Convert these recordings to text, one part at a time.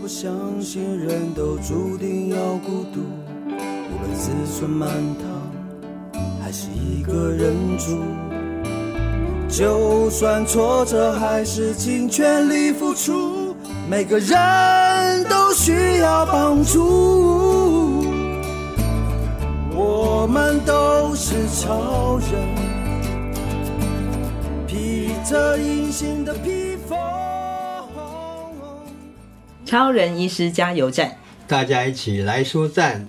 不相信人都注定要孤独，无论子孙满堂还是一个人住，就算挫折还是尽全力付出，每个人都需要帮助。我们都是超人，披着隐形的披风。超人医师加油站大家一起来说赞，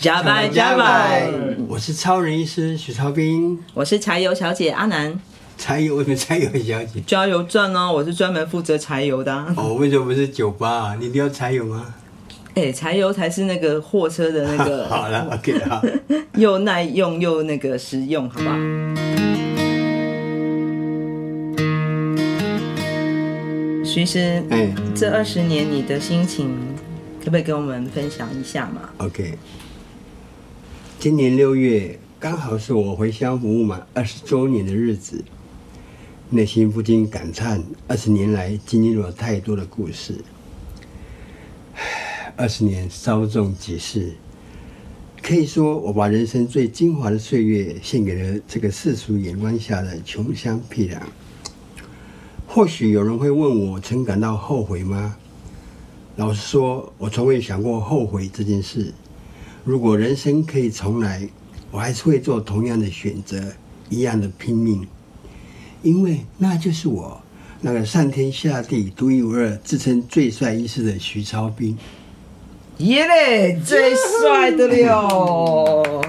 加拜加拜，拜！我是超人医师许超斌，我是柴油小姐阿南，柴油为什么柴油小姐？加油站呢、我是专门负责柴油的、啊。 哦，为什么不是酒吧、啊？你一定要柴油吗？哎、柴油才是那个货车的那 好 个，了，OK 好。又耐用又那个实用，好吧？徐医师，哎这二十年你的心情，可不可以跟我们分享一下嘛？ ，OK。今年六月刚好是我回乡服务满二十周年的日子，内心不禁感叹二十年来经历了太多的故事。唉二十年稍纵即逝，可以说我把人生最精华的岁月献给了这个世俗眼光下的穷乡僻壤。或许有人会问我，曾感到后悔吗？老实说，我从未想过后悔这件事。如果人生可以重来，我还是会做同样的选择，一样的拼命，因为那就是我，那个上天下地独一无二、自称最帅医师的徐超斌。耶嘞，最帅的了！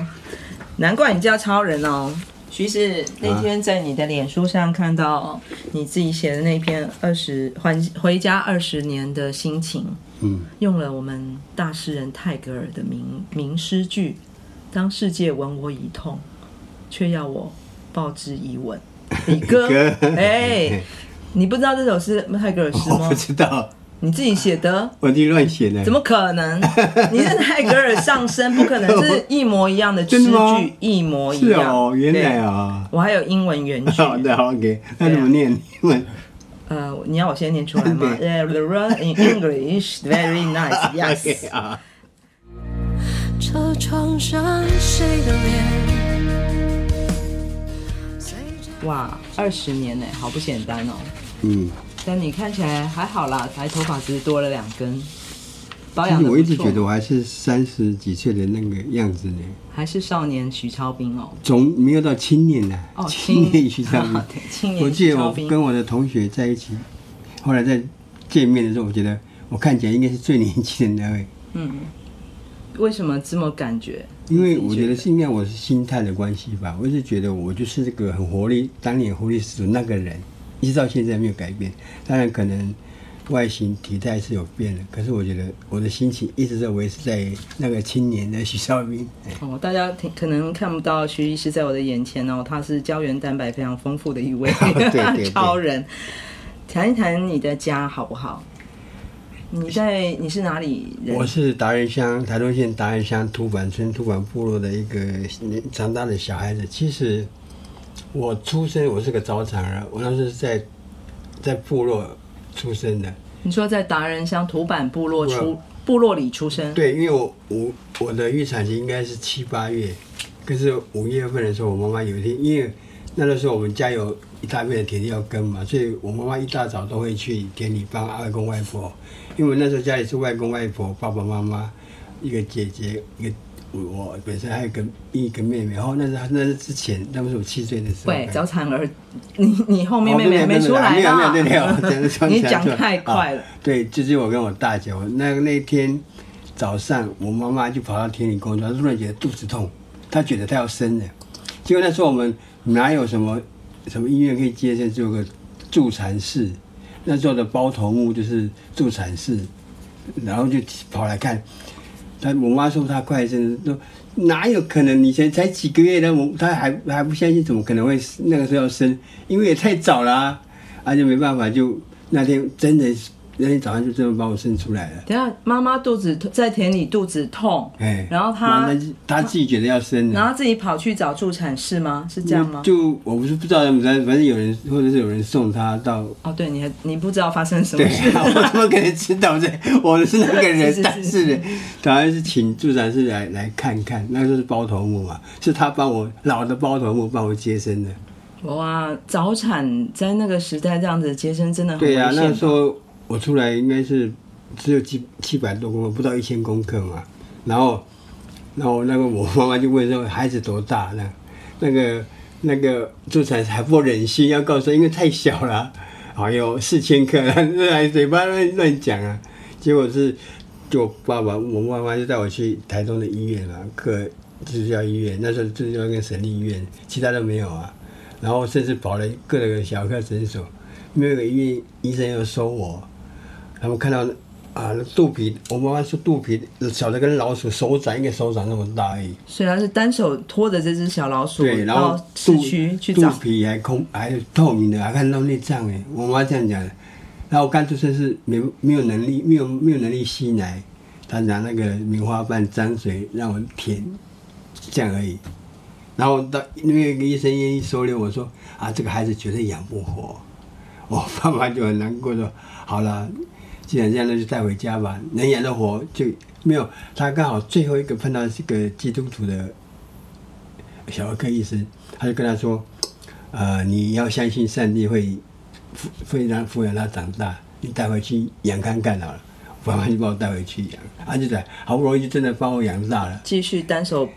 难怪你叫超人哦。徐师那天在你的脸书上看到你自己写的那篇二十还回家二十年的心情，嗯，用了我们大诗人泰戈尔的名名诗句：“当世界吻我以痛，却要我报之以 吻。”李哥李哥， 哎，你不知道这首诗泰戈尔诗我吗不？知道，你自己写的？我一定乱写的。怎么可能？你是泰戈尔上身，不可能是一模一样的诗 真的吗句，一模一是样。哦，原来对，啊、我还有英文原句。 好的好，OK，那啊对啊怎么念？英文呃，你要我先念出来吗 对？Yeah, run in English, very nice. OK Yes. 啊，车窗上谁的脸？随着哇，二十年呢，好不简单哦。嗯，但你看起来还好啦，才头发只是多了两根，保其养实的我一直觉得我还是三十几岁的那个样子呢。还是少年徐超斌哦。总没有到青年呢、哦青青年徐昌明对 青年我记得我徐昌明跟我的同学在一起，后来在见面的时候，我觉得我看起来应该是最年轻的那 位，嗯，为什么这么感觉？因为我觉得是应该我是心态的关系吧，我一直觉得我就是这个很活力，当年活力十足那个人，一直到现在没有改变。当然可能外形体态是有变了，可是我觉得我的心情一直在维持在那个青年的徐少明。哎哦，大家听可能看不到徐医师在我的眼前哦，他是胶原蛋白非常丰富的一位 对对对 超人。谈一谈你的家好不好？你在你是哪里人？我是达人乡台东县达人乡土坂村土坂部落的一个长大的小孩子。其实我出生我是个早产儿，我那时候是在在部落出生的。你说在达人乡土坂部落出我部落里出生，对，因为我我我的预产期应该是七八月，可是五月份的时候，我妈妈有一天，因为那个时候我们家有一大片的田地要耕嘛，所以我妈妈一大早都会去田里帮外公外婆，因为我那时候家里是外公外婆、爸爸妈妈、一个姐姐、一个我本身还有一个一个妹妹，然后那是那是之前，那不是我七岁的时候。喂，早产儿，你你后哦面妹妹还没没出来没有啦没有没有，没有 讲你讲太快了啊。对，就是我跟我大姐，我那那天早上，我妈妈就跑到田里工作，她突然觉得肚子痛，她觉得她要生了。结果那时候我们哪有什么什么医院可以接生，只有个助产士。那时候的包头目就是助产士，然后就跑来看，他我妈说她快生，说哪有可能？你才才几个月呢，我她还还不相信，怎么可能会那个时候要生？因为也太早了啊，啊就没办法，就那天真的那天早上就这么把我生出 来了。等一下妈妈肚子在田里肚子痛，哎，然后她然后他他自己觉得要生然了，后自己跑去找助产士吗？是这样吗？就我不是不知道，反正反正有人或者是有人送他到。哦，对，你还你不知道发生什对么 事，啊，我怎么可能知道这？我是那个人，是是但是呢，当然是请助产士来来看看。那时候是包头目嘛，是他帮我老的包头目帮我接生的。哇，早产在那个时代这样子接生真的很危对呀、险。啊，那时候我出来应该是只有七七百多公克，不到一千公克嘛。然后，然后那个我妈妈就问说孩子多大呢？那个那个助产还不忍心要告诉，因为太小了，哎呦四千克，那还嘴巴乱乱讲啊。结果是，就我爸爸我妈妈就带我去台中的医院啊，各支教医院，那时候支教跟省立医院，其他都没有啊。然后甚至跑了各个小科诊所，没有一个医院医生要收我。然后看到啊，肚皮，我妈妈说肚皮小的跟老鼠手掌一个手掌那么大而已。所以他是单手拖着这只小老鼠对，然后到市区去肚找。皮还空还透明的，还看到内脏哎，我妈这样讲的。然后我干脆真是没没有能力，没有没有能力吸奶，她拿那个棉花棒沾水让我舔，这样而已。然后到那个医生愿意收留我说啊，这个孩子绝对养不活。我爸妈就很难过说，好了，既然这样，那就带回家吧，能养得活就没有。他刚好最后一个碰到这个基督徒的小儿科医生，他就跟他说：“呃，你要相信上帝会抚会让抚养他长大，你带回去养看看好了。”我爸妈就把我带回去养，他就在好不容易真的把我养大了。继续单手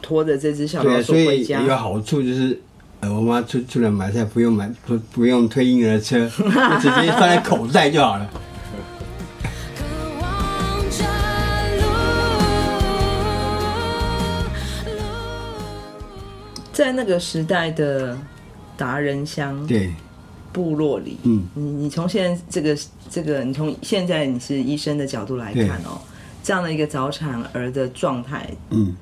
拖着这只小对老啊，鼠所回以家。有好处就是，呃，我妈出出来买菜不用买不不用推婴儿车，我直接放在口袋 就好了。渴望着路，路。在那个时代的达人乡对，部落里，嗯你你从现在这个这个，你从现在你是医生的角度来看哦，这样的一个早产儿的状态，嗯，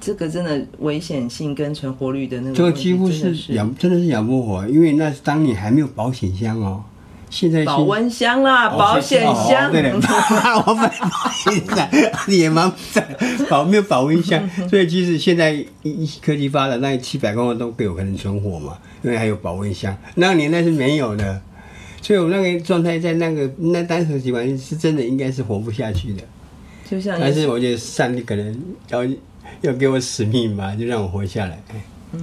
这个真的危险性跟存活率的那个问题，这个几乎嗯真的是是养真的是养不活，因为那是当年还没有保险箱哦，现在是保温箱啦，保险箱，哦 对的， 我买保险箱也蛮保没有保温嗯箱，所以即使现在一科技发达，那七百公克都有可能存活嘛，因为还有保温箱，那个年代是没有的，所以我那个状态在那个那单手情况是真的应该是活不下去的，就像但是我觉得上帝可能要要给我使命吧，就让我活下来。哎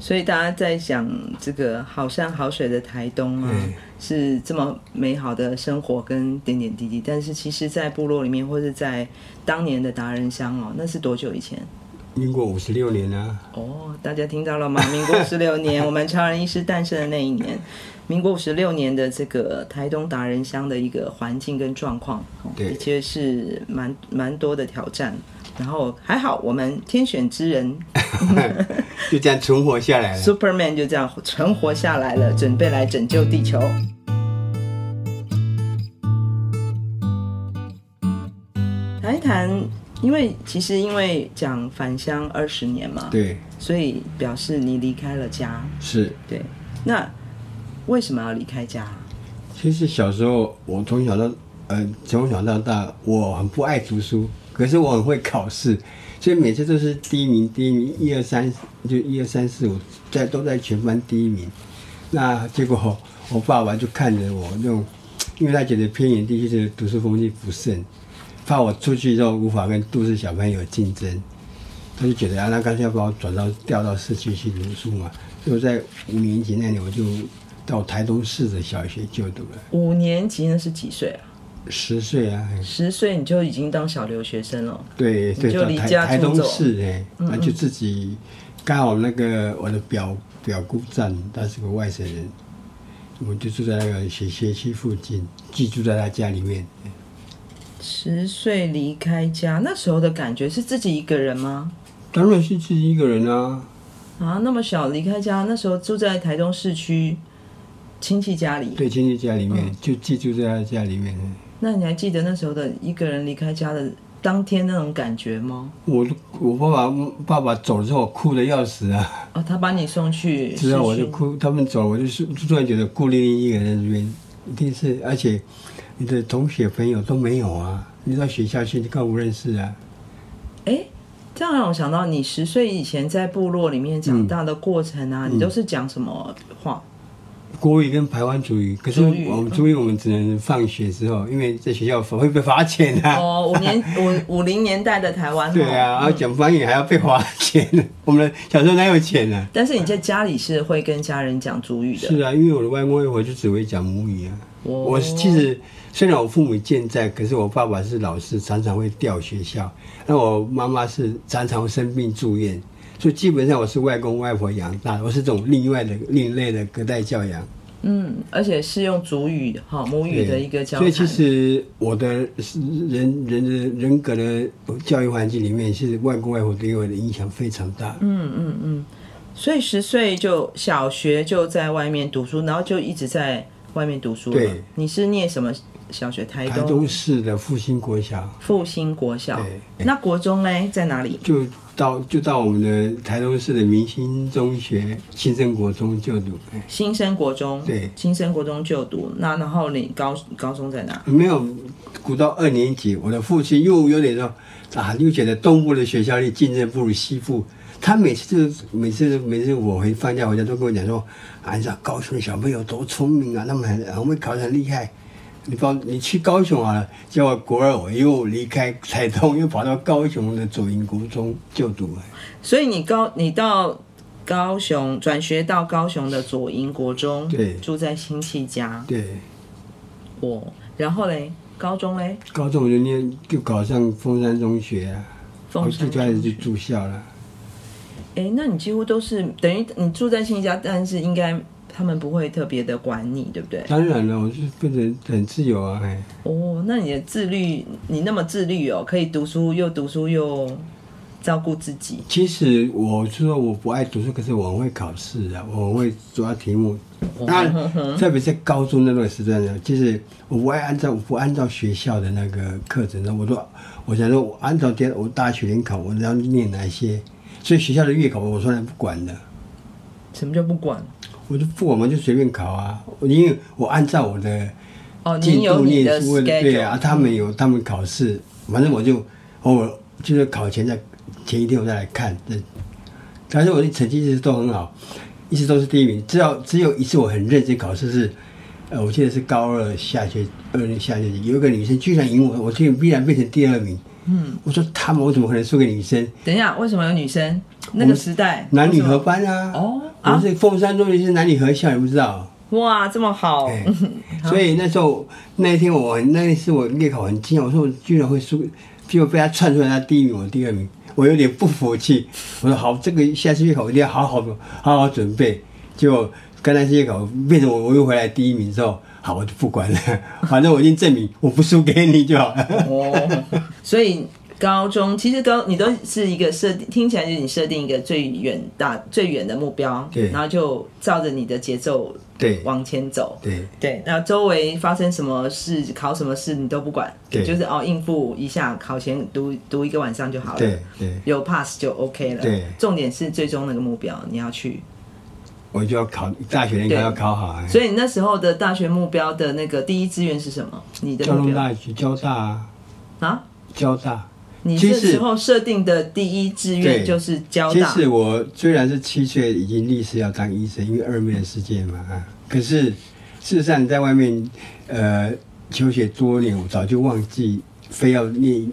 所以大家在想这个好山好水的台东啊，嗯是这么美好的生活跟点点滴滴，但是其实，在部落里面或是在当年的达人乡哦，那是多久以前？民国五十六年啊，哦，大家听到 了吗？民国五十六年，我们超人医师诞生的那一年，民国五十六年的这个台东达人乡的一个环境跟状况，哦对的确是蛮蛮多的挑战。然后还好，我们天选之 人 嗯就这样存活下来了。 Superman 就这样存活下来了，准备来拯救地球。谈一谈，因为其实因为讲返乡二十年嘛，对，所以表示你离开了家。是。对，那为什么要离开家？其实小时候，我从小到呃，从小到大，我很不爱读书，可是我很会考试，所以每次都是第一名，第一名，一二三，就一二三四五，在都在全班第一名。那结果我爸爸就看着我那种，因为他觉得偏远地区的读书风气不盛，怕我出去之后无法跟都市小朋友竞争，他就觉得啊，那干脆要把我转到调到市区去读书嘛。所以我在五年级那年我就到台东市的小学就读了，五年级那是几岁啊？十岁啊，哎十岁你就已经当小留学生了。对对，就到离台家台出东走嗯市哎，那就自己刚好那个我的表表姑丈他是个外省人，我就住在那个学学区附近，寄住在他家里面。哎十岁离开家，那时候的感觉是自己一个人吗？当然是自己一个人啊，啊，那么小离开家，那时候住在台东市区亲戚家里。对，亲戚家里嗯面、就寄住在他家里面。哎那你还记得那时候的一个人离开家的当天那种感觉吗？我我爸爸爸爸走了之后，我哭的要死啊。哦啊，他把你送去市区，之后我就哭，他们走，我就是突然觉得孤零零一个人在这边，一定是，而且你的同学朋友都没有啊，你到学校去你更不认识啊。哎，这样让我想到你十岁以前在部落里面长大的过程啊，嗯你都是讲什么话？国语跟台湾主语，可是主语我们主语我们只能放学之后，因为在学校会被罚钱啊。哦，五 年五五零年代的台湾，对啊，然后讲方言还要被罚钱， 我们小时候哪有钱呢、但是你在家里是会跟家人讲主语的，是啊，因为我的外公外婆就只会讲母语啊。哦我其实虽然我父母健在，可是我爸爸是老师，常常会调学校；那我妈妈是常常生病住院，所以基本上我是外公外婆养大，我是这种另外的另类的隔代教养。嗯，而且是用主语哈母语的一个交所谈。以其实我的人人的人格的教育环境里面，是外公外婆对我的影响非常大。嗯，所以十岁就小学就在外面读书，然后就一直在外面读书了对你是念什么小学？台台中市的复兴国小。复兴国小。对那国中嘞在哪里？就到就到我们的台中市的明星中学新生国中就读，哎新生国中。对新生国中就读。那然后你高高中在哪？没有读到二年级。我的父亲又有点说啊，又觉得东部的学校里竞争不如西部。他每次就每次每次我回放假回家都跟我讲说，啊，你知道高雄的小朋友多聪明啊，他们很很会考，很厉害。你报你去高雄好了，结果国二我又离开台东，又跑到高雄的左营国中就读了。所以你高你到高雄转学到高雄的左营国中，对住在亲戚家。对。我然后嘞，高中嘞，高中我就念，就考上凤山中学啊，凤山我就开始中学就住校了。哎、那你几乎都是等于你住在亲戚家，但是应该他们不会特别的管你，对不对？当然了，我就变得很自由啊，哎，哦，那你的自律，你那么自律哦，可以读书又读书又照顾自己，其实我是说我不爱读书，可是我很会考试啊，我很会抓题目。那特别在高中那段时段呢，其实我不爱按照我不按照学校的那个课程，那我都我想说，我按照第我大学联考，我要念哪些，所以学校的月考我从来不管的。什么叫不管？我就不管嘛，就随便考啊，因为我按照我的哦，进你有度你的念书，对 schedule，嗯啊，他们有他们考试，反正我就偶尔就是考前再前一天我再来看，对但是我的成绩一直都很好，一直都是第一名。只要只有一次我很认真考试是，呃，我记得是高二下学二年下学期，有一个女生居然赢我，我竟然必然变成第二名。嗯，我说他们我怎么可能输给女生？等一下，为什么有女生？那个时代男女合为班啊！哦我是凤山中学是男女合校，你不知道？什么哇，这么 好，哎所以那时候那一天我那一次我月考很惊讶，我说我居然会输，结果被他串出来他第一名，我第二名，我有点不服气。我说好，这个下次月考我一定要好好好好准备。结果刚才月考变成我我又回来第一名之后，好我就不管了， 反正我已经证明我不输给你就好了。 哦， 所以高中其实高你都是一个设定，听起来就是你设定一个最远大最远的目标，对然后就照着你的节奏对往前走，对对，那周围发生什么事、考什么事你都不管，对就是哦应付一下，考前读读一个晚上就好了，对对，有 pass 就 OK 了，对重点是最终那个目标你要去，我就要考大学联考对要考好、哎所以你那时候的大学目标的那个第一志愿是什么？你的交目通标大学交大啊啊？交大。你其这实时候设定的第一志愿对，就是交其大。实我虽然是七岁已经立誓要当医生，因为二妹的事件嘛啊，可是事实上你在外面呃求学多年，我早就忘记非要念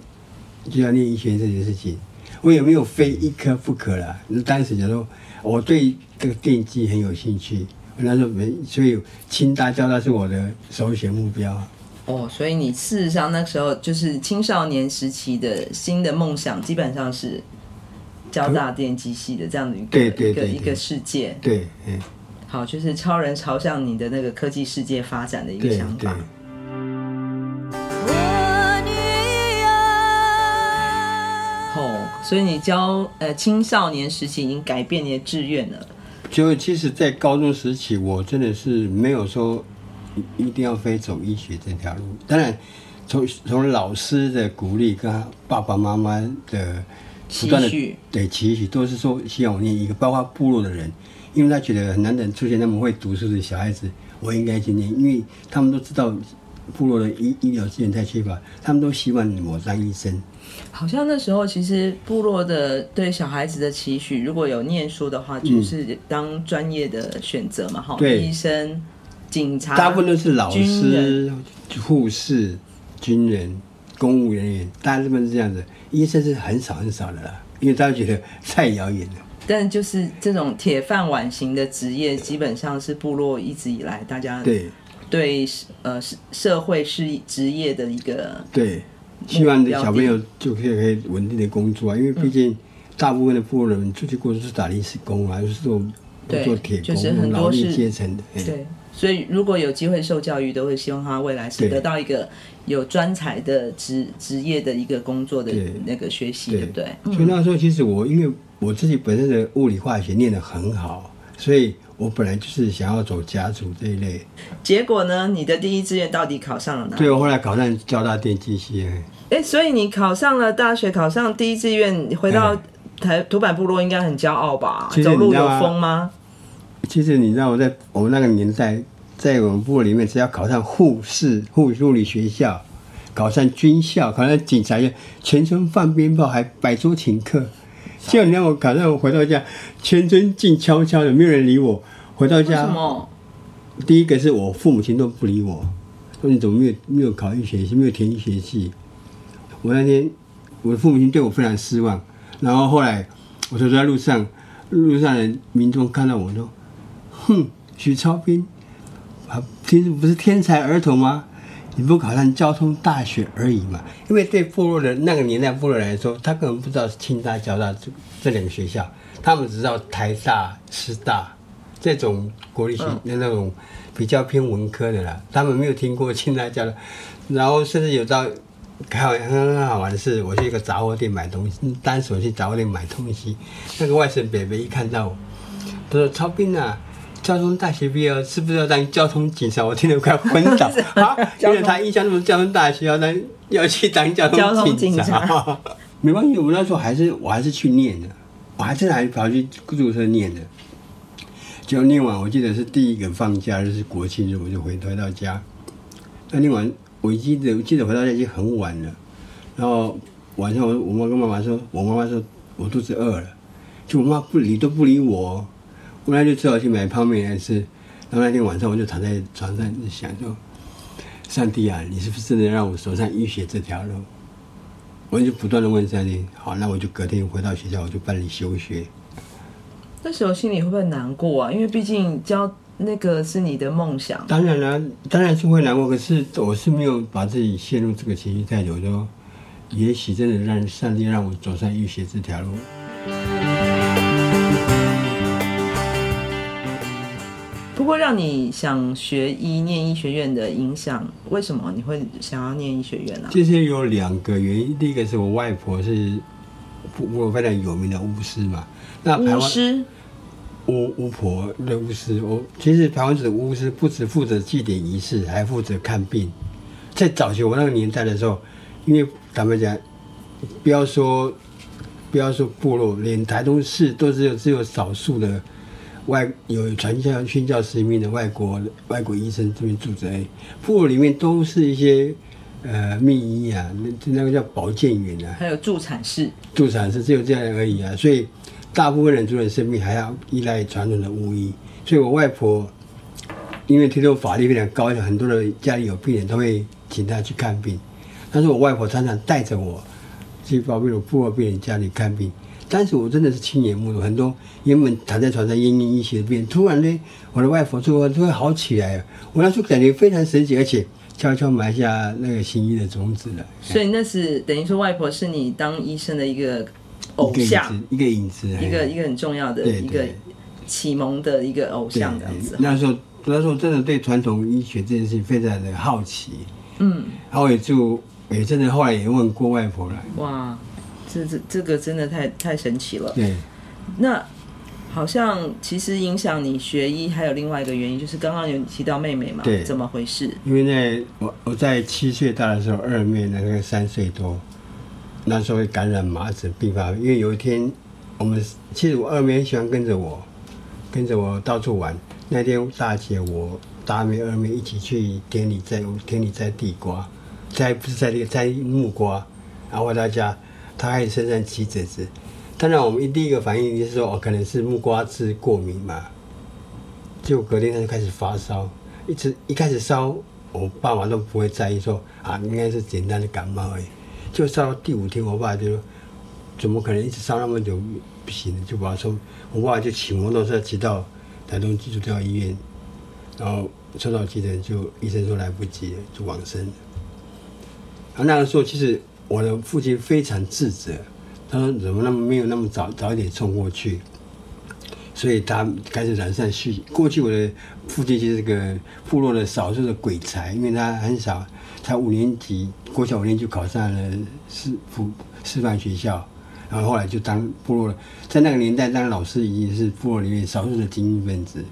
就要念医学这件事情。我也没有非一科不可啦。当时想说，我对这个电机很有兴趣，我那时候没，所以清大、交大是我的首选目标。啊哦，所以你事实上那时候就是青少年时期的新的梦想，基本上是交大电机系的这样的一个对对对一个对一个世界。对，嗯，好，就是超人朝向你的那个科技世界发展的一个对想对法。。我女儿，哦，所以你教呃青少年时期已经改变你的志愿了。就其实，在高中时期，我真的是没有说一一定要非走医学这条路。当然，从从老师的鼓励跟爸爸妈妈的不断期的许对期许，都是说希望我念一个，包括部落的人，因为他觉得很难得出现那么会读书的小孩子。我应该去念，因为他们都知道部落的医医疗资源太缺乏，他们都希望我当医生。好像那时候其实部落的对小孩子的期许，如果有念书的话，就是当专业的选择嘛，哈、嗯对医生、警察，大部分都是老军师人、护士、军人、公务人员，大部分是这样子。医生是很少很少的啦，因为大家觉得太遥远了。但就是这种铁饭碗型的职业，基本上是部落一直以来大家对对呃社社会是职业的一个对，希望的小朋友就可以可以稳定的工作嗯啊，因为毕竟大部分的部落人出去过都是打临时工啊，就是做对做铁就工、是很多劳力是阶层的。哎嘿对，所以如果有机会受教育，都会希望他未来是对得到一个有专才的职职业的一个工作的对那个学习，对对不对？嗯所以那时候其实我因为我自己本身的物理化学念得很好，所以我本来就是想要走甲组这一类。结果呢，你的第一志愿到底考上了哪？对，我后来考上交大电机系。嘿哎，所以你考上了大学，考上第一志愿，你回到哎台土版部落应该很骄傲吧？其实走你路知道啊有吗风吗？其实你知道我在我们那个年代，在我们部落里面，只要考上护士、护护理学校，考上军校，考上警察学校，全村放鞭炮，还摆桌请客。结果你让我考上，我回到家，全村静悄悄的，没有人理我。回到为什家，啊么？第一个是我父母亲都不理我，说你怎么没有没有考医学系，没有填医学系？我那天我的父母亲对我非常失望，然后后来我走在路上，路上的民众看到我都，哼，许超斌，啊，听不是天才儿童吗？你不考上交通大学而已嘛？因为对部落的那个年代部落来说，他根本不知道清大、交大这这两个学校，他们只知道台大、师大这种国立学嗯那那种比较偏文科的啦，他们没有听过清大、交大，然后甚至有到。还好很好玩的是，我去一个杂货店买东西，单手去杂货店买东西，那个外省北北一看到我，他说：“超斌啊，交通大学毕业后是不是要当交通警察？”我听得快昏倒啊！ 交通 原来他印象中交通大学要当要去当交交通通警警察。察 没关系，我那时候还是我还是去念的，我还是还跑去宿舍念的。结果念完，我记得是第一个放假，就是国庆日，我就回回到家。那念完，我记得我记得回到家已经很晚了。然后晚上我我妈跟妈妈说，我妈妈说我肚子饿了，就我妈不理都不理我，我那就只好去买泡面来吃。然后那天晚上我就躺在床上就想说，上帝啊，你是不是真的让我走上医学这条路？我就不断的问上帝，好，那我就隔天回到学校，我就办理休学。那时候心里会不会难过啊？因为毕竟教那个是你的梦想，当然了，当然是会难过，可是我是没有把自己陷入这个情绪太久，就也许真的让上帝让我走上医学这条路。不过让你想学医、念医学院的影响，为什么你会想要念医学院啊？其实有两个原因，第一个是我外婆是我非常有名的巫师嘛，那啊台巫湾师，巫巫婆的巫师，我其实台湾省的巫师不只负责祭典仪式，还负责看病。在早期我那个年代的时候，因为坦白讲，不要说不要说部落，连台东市都只有只有少数的外有传教宣教使命的外国外国医生这边住着而已，部落里面都是一些呃秘医啊，那那个叫保健员啊，还有助产士，助产是只有这样而已啊，所以大部分人除了生病，还要依赖传统的巫医。所以我外婆因为推动法律非常高，很多的家里有病人都会请她去看病。但是我外婆常常带着我去包庇我部落病人家里看病。当时我真的是亲眼目睹很多原本躺在床上奄奄一息的病人，突然呢，我的外婆突然突然好起来了。我那时候感觉非常神奇，而且悄悄埋下那个行医的种子了。所以那是等于说外婆是你当医生的一个一偶个影像，哦子，一个影子，一哎个一个很重要的对一个对启蒙的一个偶对像这样子。那时候那时候真的对传统医学这件事情非常的好奇，嗯，然后也就也真的后来也问过外婆了，哇，这这这个真的太太神奇了。对那好像其实影响你学医还有另外一个原因，就是刚刚有提到妹妹嘛，对怎么回事？因为呢，我我在七岁大的时候，二妹那个三岁多，那时候会感染麻疹并发，因为有一天我们其实我二妹很喜欢跟着我，跟着我到处玩。那天大姐我达美、二美一起去田里摘田里摘地瓜，摘不是摘那个摘木瓜，然后回到家，他开始身上起疹子。当然，我们第一个反应就是说，哦，可能是木瓜汁过敏嘛。结果隔天他就开始发烧，一直一开始烧，我爸妈都不会在意说啊，应该是简单的感冒而已。就烧到第五天，我爸就说怎么可能一直烧那么久不行？就把他送，我爸就骑摩托车骑到台东基督教医院，然后送到急诊，就医生说来不及了，就往生了。啊，那个时候其实我的父亲非常自责，他说怎么那么没有那么早早一点送过去，所以他开始染上酗。过去我的父亲就是个部落的少数的鬼才，因为他很少，他五年级国小五年级就考上了师普师范学校，然后后来就当部落了，在那个年代当老师已经是部落里面少数的精英分子。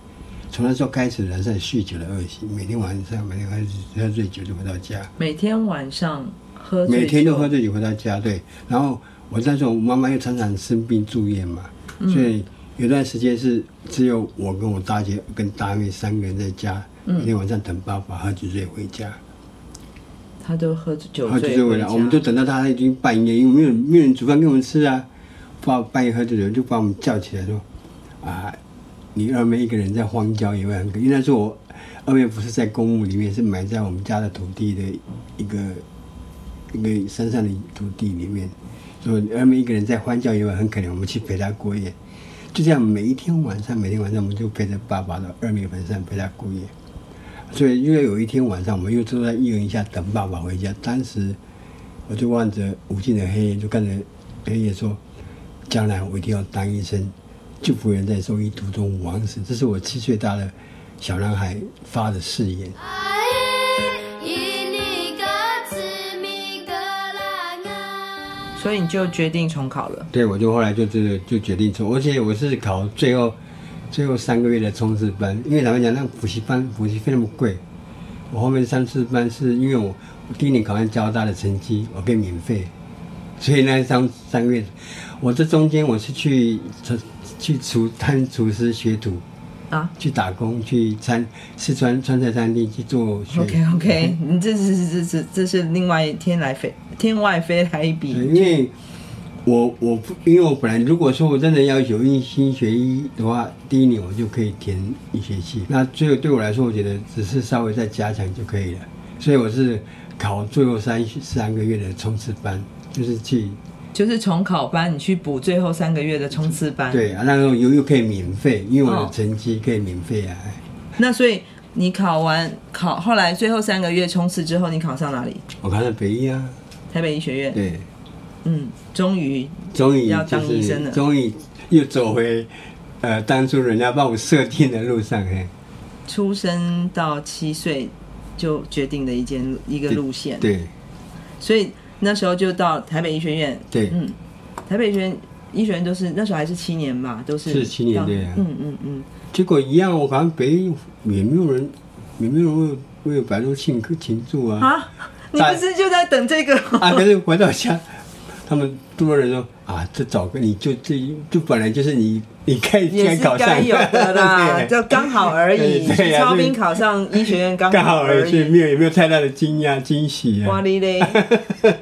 从那时候开始染上酗酒的恶习，每天晚上每天开始喝醉酒就回到家。每天晚上喝醉酒，每天都喝醉酒回到家，对。然后我那时候我妈妈又常常生病住院嘛，所以有段时间是只有我跟我大姐跟大妹三个人在家，每天晚上等爸爸喝酒醉回家，他都喝酒喝酒醉醉回回来，家，我们都等到他已经半夜，因为没有人没有人煮饭给我们吃啊，爸半夜喝醉酒就把我们叫起来说，啊，你二妹一个人在荒郊野外很可，因为那时候我二妹不是在公墓里面，是埋在我们家的土地的一个一个山上的土地里面，所以二妹一个人在荒郊野外很可怜，我们去陪她过夜。就这样，每一天晚上，每天晚上我们就陪着爸爸的二妹坟上陪她过夜。所以又有一天晚上，我们又坐在一人一下等爸爸回家。当时我就望着无尽的黑夜，就看着黑夜说：“将来我一定要当医生，就不愿在兽医途中枉死。”这是我七岁大的小男孩发的誓言。爱一个字米格拉啊。所以你就决定重考了。对，我就后来就这个就决定冲，而且我是考最后最后三个月的冲刺班，因为老实讲，那个补习班补习费那么贵，我后面三次班是因为我我第一年考上交大的成绩，我可以免费，所以那三三个月，我这中间我是去去去厨当厨师学徒，啊去打工去餐四川川菜餐厅去做学，OK OK，你嗯这是这是这是另外天来飞天外飞来一对笔，因为我我不因为我本来如果说我真的要有一新学医的话，第一年我就可以填医学系。那最后对我来说，我觉得只是稍微再加强就可以了。所以我是考最后三三个月的冲刺班，就是去就是重考班，你去补最后三个月的冲刺班。，对啊，那时候又又可以免费，因为我哦的成绩可以免费啊。哎那所以你考完考后来最后三个月冲刺之后，你考上哪里？我考上北医啊，台北医学院。对，嗯，终于终于要就当医生是了终于又走回呃当初人家把我设定的路上嘿。出生到七岁就决定的一件一个路线。对所以那时候就到台北医学院。对。嗯，台北医学院医学院都是那时候还是七年嘛，都是是七年到对啊嗯嗯嗯，结果一样，我好像北医也没有人，也没有人为为白鹿庆庆祝啊。啊，你不是就在等这个吗？啊，可是回到家，他们部落人说啊，这早跟你就这就本来就是你你该 也该是考该上有的啦， 对就刚好而已。对对徐啊超就是斌考上医学院刚刚好好而而去，已。没有也没有太大的惊讶惊喜 哇啊。哩嘞！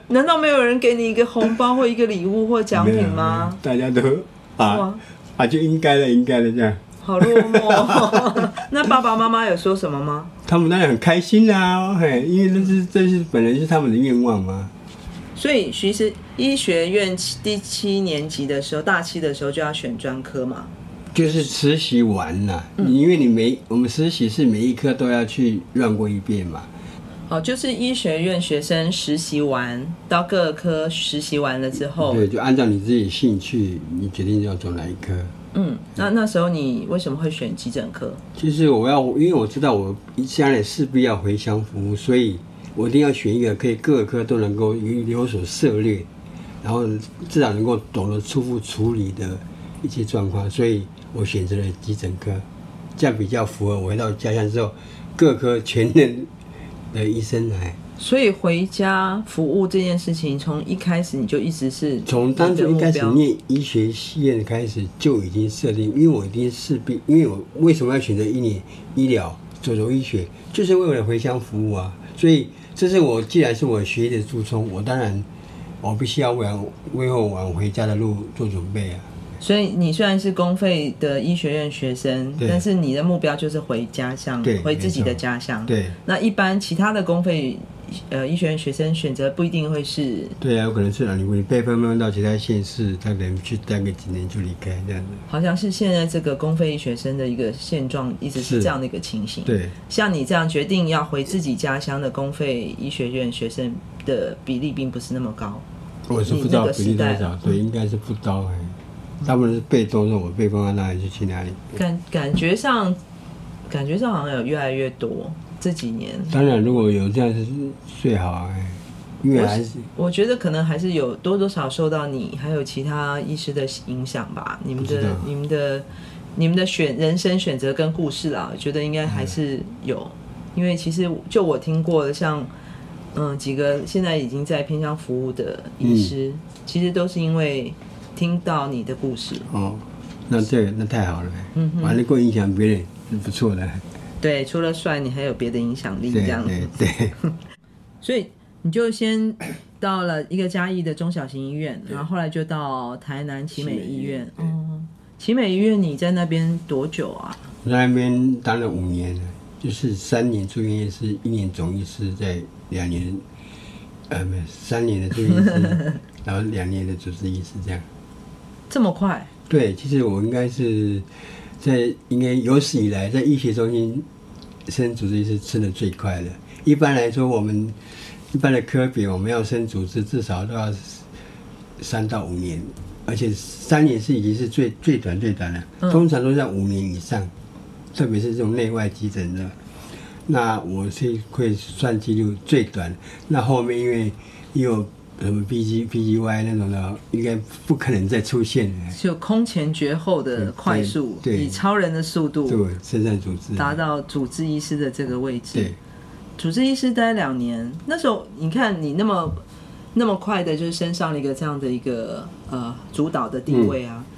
难道没有人给你一个红包或一个礼物或奖没品有吗？？没有大家都哇啊啊，就应该的，应该的这样。好落寞 哦。那爸爸妈妈有说什么吗？他们当然很开心啦、嘿，因为这是这是本来是他们的愿望嘛。所以其实医学院七第七年级的时候，大七的时候就要选专科嘛。就是实习完了，因为你每我们实习是每一科都要去乱过一遍嘛。哦，就是医学院学生实习完，到各科实习完了之后，对，就按照你自己兴趣，你决定要走哪一科。嗯，那那时候你为什么会选急诊科？其实我要，因为我知道我将来势必要回乡服务，所以我一定要选一个可以各科都能够有有所涉猎，然后至少能够懂得初步处理的一些状况，所以我选择了急诊科，这样比较符合我回到家乡之后各科全能的医生来。所以回家服务这件事情，从一开始你就一直是从当你的初目一标开始念医学系院开始就已经设定，因为我一定势必，因为我为什么要选择一年医疗？走走医学，就是为了回乡服务啊。所以，这是我既然是我学业的初衷，我当然我必须要为为我晚回家的路做准备啊。所以你虽然是公费的医学院学生，对但是你的目标就是回家乡对，回自己没的错家乡。对那一般其他的公费呃医学院学生选择不一定会是，对啊，有可能是啊，如果你被分配到其他县市，他可能去待个几年就离开这样的。好像是现在这个公费医学生的一个现状，一直是是这样的一个情形。，对，像你这样决定要回自己家乡的公费医学院学生的比例并不是那么高。我是不知道比例多少，对，应该是不高哎、大部分是被动的，我被分到哪里就去哪里。感感觉上，感觉上好像有越来越多这几年。当然，如果有这样是最好哎、因为还是我觉得可能还是有多多少受到你还有其他医师的影响吧。你们不知道的、你们的、你们的选人生选择跟故事啦，我觉得应该还是有。因为其实就我听过的，像嗯几个现在已经在偏向服务的医师，嗯其实都是因为听到你的故事。哦，那这个那太好了、嗯嗯，我还能够影响别人，是不错的。对，除了帅，你还有别的影响力这对样子。对对，所以你就先到了一个嘉义的中小型医院，然后后来就到台南奇美医院。奇美医院哦，奇美医院你在那边多久啊？我在那边当了五年了，就是三年住院医师，一年总医师，在两年，呃，没有三年的住院医师，然后两年的主治医师这样。这么快？对，其实我应该是在应该有史以来在医学中心升主治医师升的最快的。一般来说，我们一般的科别我们要升主治至少都要三到五年，而且三年是已经是最最短最短嗯了，通常都在五年以上，特别是这种内外急诊的。那我是会算记录最短，那后面因为又有什么 B G B G Y 那种的，应该不可能再出现了。就空前绝后的快速，对对以超人的速对度，深圳组织达到主治医师的这个位置对。主治医师待两年，那时候你看你那么那么快的，就是升上了一个这样的一个呃主导的地位啊，嗯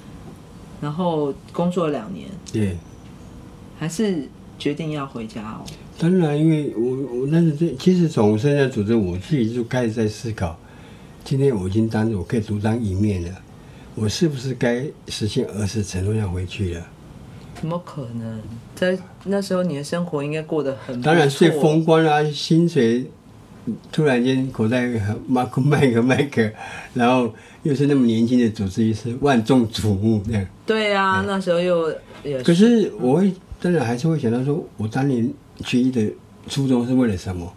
然后工作了两年，对，还是决定要回家哦。当然，因为我我那时候其实从深圳组织，我自己就开始在思考，今天我已经当我可以独当一面了，我是不是该实现儿时承诺要回去了？怎么可能？在那时候你的生活应该过得很不错当然最风光啦、薪水突然间口袋 马克麦克麦克，然后又是那么年轻的主治医师，万众瞩目这样。对啊，那时候又也嗯可是我会，当然还是会想到说，我当年学医的初衷是为了什么？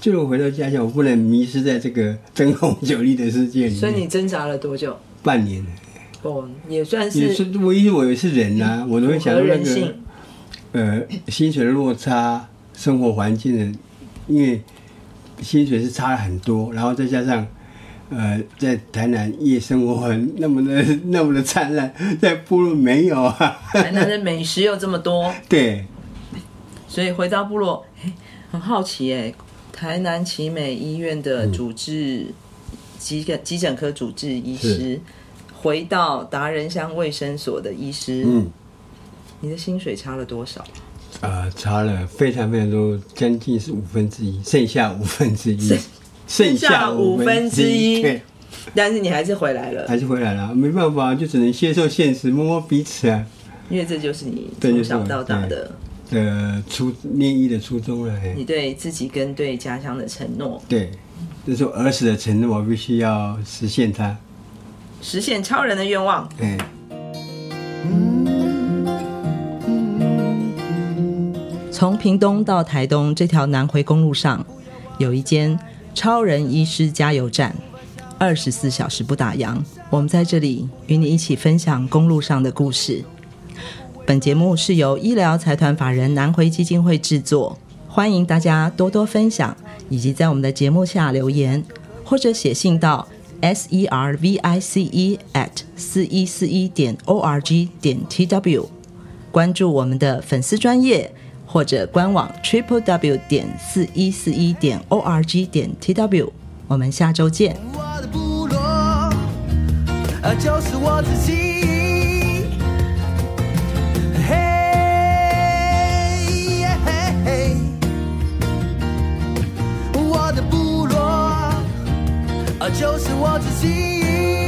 就是我回到家乡，我不能迷失在这个灯红酒绿的世界里面。所以你挣扎了多久？半年了，哦，也算也是嗯是我因为我也是人呐、我都会想到符那合人个性呃薪水的落差、生活环境的，因为薪水是差了很多，然后再加上。呃，在台南夜生活很那么的 那么的灿烂，在部落没有啊， 台南的美食又这么多， 对，所以回到部落，哎，很好奇哎，台南奇美医院的主治急诊急诊科主治医师是，回到达人乡卫生所的医师，嗯，你的薪水差了多少？呃，差了非常非常多，将近是五分之一，剩下五分之一，剩下五分之一对，但是你还是回来了，还是回来了，没办法，就只能接受现实，摸摸彼此啊因为这就是你这就从是小我到大对的。的初念一的初衷了。嘿你对自己跟对家乡的承诺，对，就是说儿时的承诺，我必须要实现它。实现超人的愿望。哎，从屏东到台东这条南回公路上，有一间超人医师加油站，二十四小时不打烊。我们在这里与你一起分享公路上的故事。本节目是由医疗财团法人南回基金会制作，欢迎大家多多分享，以及在我们的节目下留言，或者写信到 s e r v i c e at 四一四一点 o r g 点 t w，关注我们的粉丝专业或者官网 triple w 点四一四一点 o r g 点 t w，我们下周见。我的部落，呃，就是我自己。嘿，嘿嘿啊，就是我自己。